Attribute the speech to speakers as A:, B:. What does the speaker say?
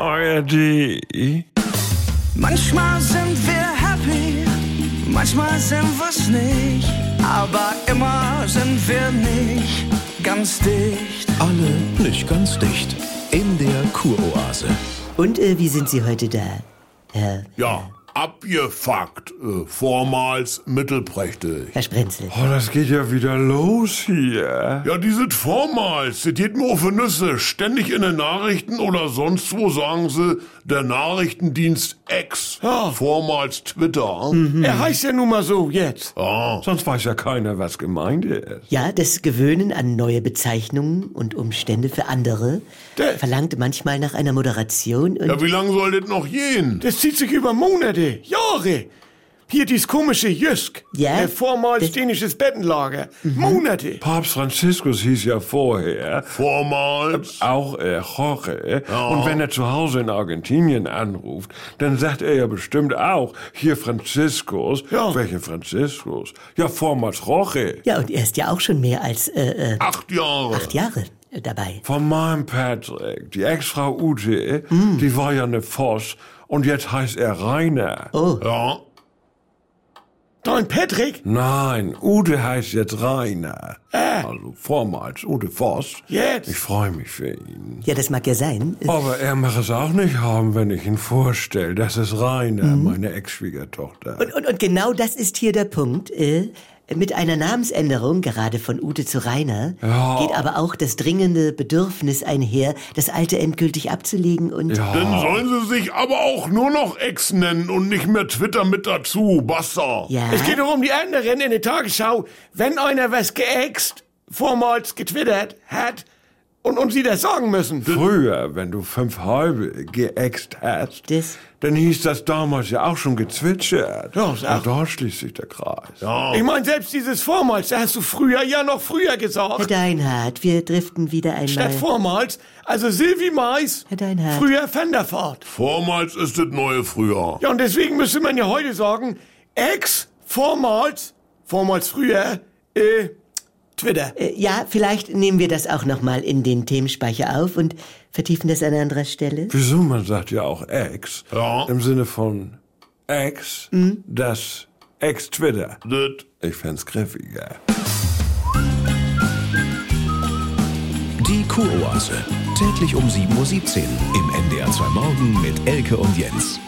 A: ARD.
B: Manchmal sind wir happy, manchmal sind wir's nicht, aber immer sind wir nicht ganz dicht.
C: Alle nicht ganz dicht. In der Kuroase.
D: Und äh, wie sind Sie heute da, Herr,
E: Ja, abgefuckt. Äh, vormals mittelprächtig.
D: Herr Sprenzel?
A: Oh, das geht ja wieder los hier.
E: Ja, die sind vormals. Das geht nur für Nüsse. Ständig in den Nachrichten oder sonst wo sagen sie, der Nachrichtendienst X.
A: Ja. Mhm.
E: Vormals Twitter.
A: Er heißt ja nun mal so jetzt.
E: Ja.
A: Sonst weiß ja keiner, was Gemeinde ist.
D: Ja, das Gewöhnen an neue Bezeichnungen und Umstände für andere
A: Der-
D: verlangt manchmal nach einer Moderation und
E: Ja, wie lange soll das noch gehen?
A: Das zieht sich über Monate, Jahre. Hier dies komische Jüsk.
D: Ja.
A: Äh, vormals
D: Das- Mhm.
A: dänisches Bettenlager. Monate. Papst Franziskus hieß ja vorher
E: Vormals.
A: auch äh, Jorge.
E: Ja.
A: Und wenn er zu Hause in Argentinien anruft, dann sagt er ja bestimmt auch, hier Franziskus.
E: Ja.
A: Welchen Franziskus? Ja, vormals Jorge.
D: ja, und er ist ja auch schon mehr als äh, äh,
E: Acht Jahre.
D: acht Jahre äh, dabei.
A: Von meinem Patrick, die Ex-Frau Ute,
D: Hm.
A: die war ja eine Voss und jetzt heißt er Rainer.
D: Oh.
E: Ja.
A: Dein Patrick? Nein, Ute heißt jetzt Rainer. Also vormals Ute Voss.
E: Jetzt?
A: Ich freue mich für ihn.
D: Ja, das mag ja sein. Äh,
A: Aber er mag es auch nicht haben, wenn ich ihn vorstelle. Das ist Rainer, meine Ex-Schwiegertochter.
D: Hm. Und, und, und genau das ist hier der Punkt. Äh, mit einer Namensänderung, gerade von Ute zu Rainer,
A: Ja.
D: geht aber auch das dringende Bedürfnis einher, das Alte endgültig abzulegen und
E: Dann
A: Ja.
E: sollen sie sich aber auch nur noch X nennen und nicht mehr Twitter mit dazu. Basta.
D: ja.
F: Es geht doch um die anderen in der Tagesschau. Wenn einer was geäxt, vormals getwittert hat und uns sie das sagen müssen.
A: Früher, wenn du fünf halbe geäxt hast,
D: Das-
A: dann hieß das damals ja auch schon gezwitschert.
F: Ja, sag.
A: Und dort schließt sich der Kreis.
F: Ich meine, selbst dieses vormals, da hast du früher ja noch früher
D: Herr
F: gesagt.
D: Deinhardt, wir driften wieder einmal.
F: Statt vormals, also Silvi Mais,
D: Herr Deinhardt.
F: früher Fenderfahrt.
E: Vormals ist das neue früher.
F: Ja, und deswegen müsste man ja heute sagen, ex, vormals, vormals früher, äh, Twitter.
D: Äh, Ja, vielleicht nehmen wir das auch nochmal in den Themenspeicher auf und vertiefen das an anderer Stelle.
A: Wieso? Man sagt ja auch Ex.
E: Ja.
A: Im Sinne von Ex, das Ex-Twitter.
E: Das
A: Ich fänd's griffiger.
C: Die Kuroase. Täglich um 7.17 Uhr im NDR 2 Morgen mit Elke und Jens.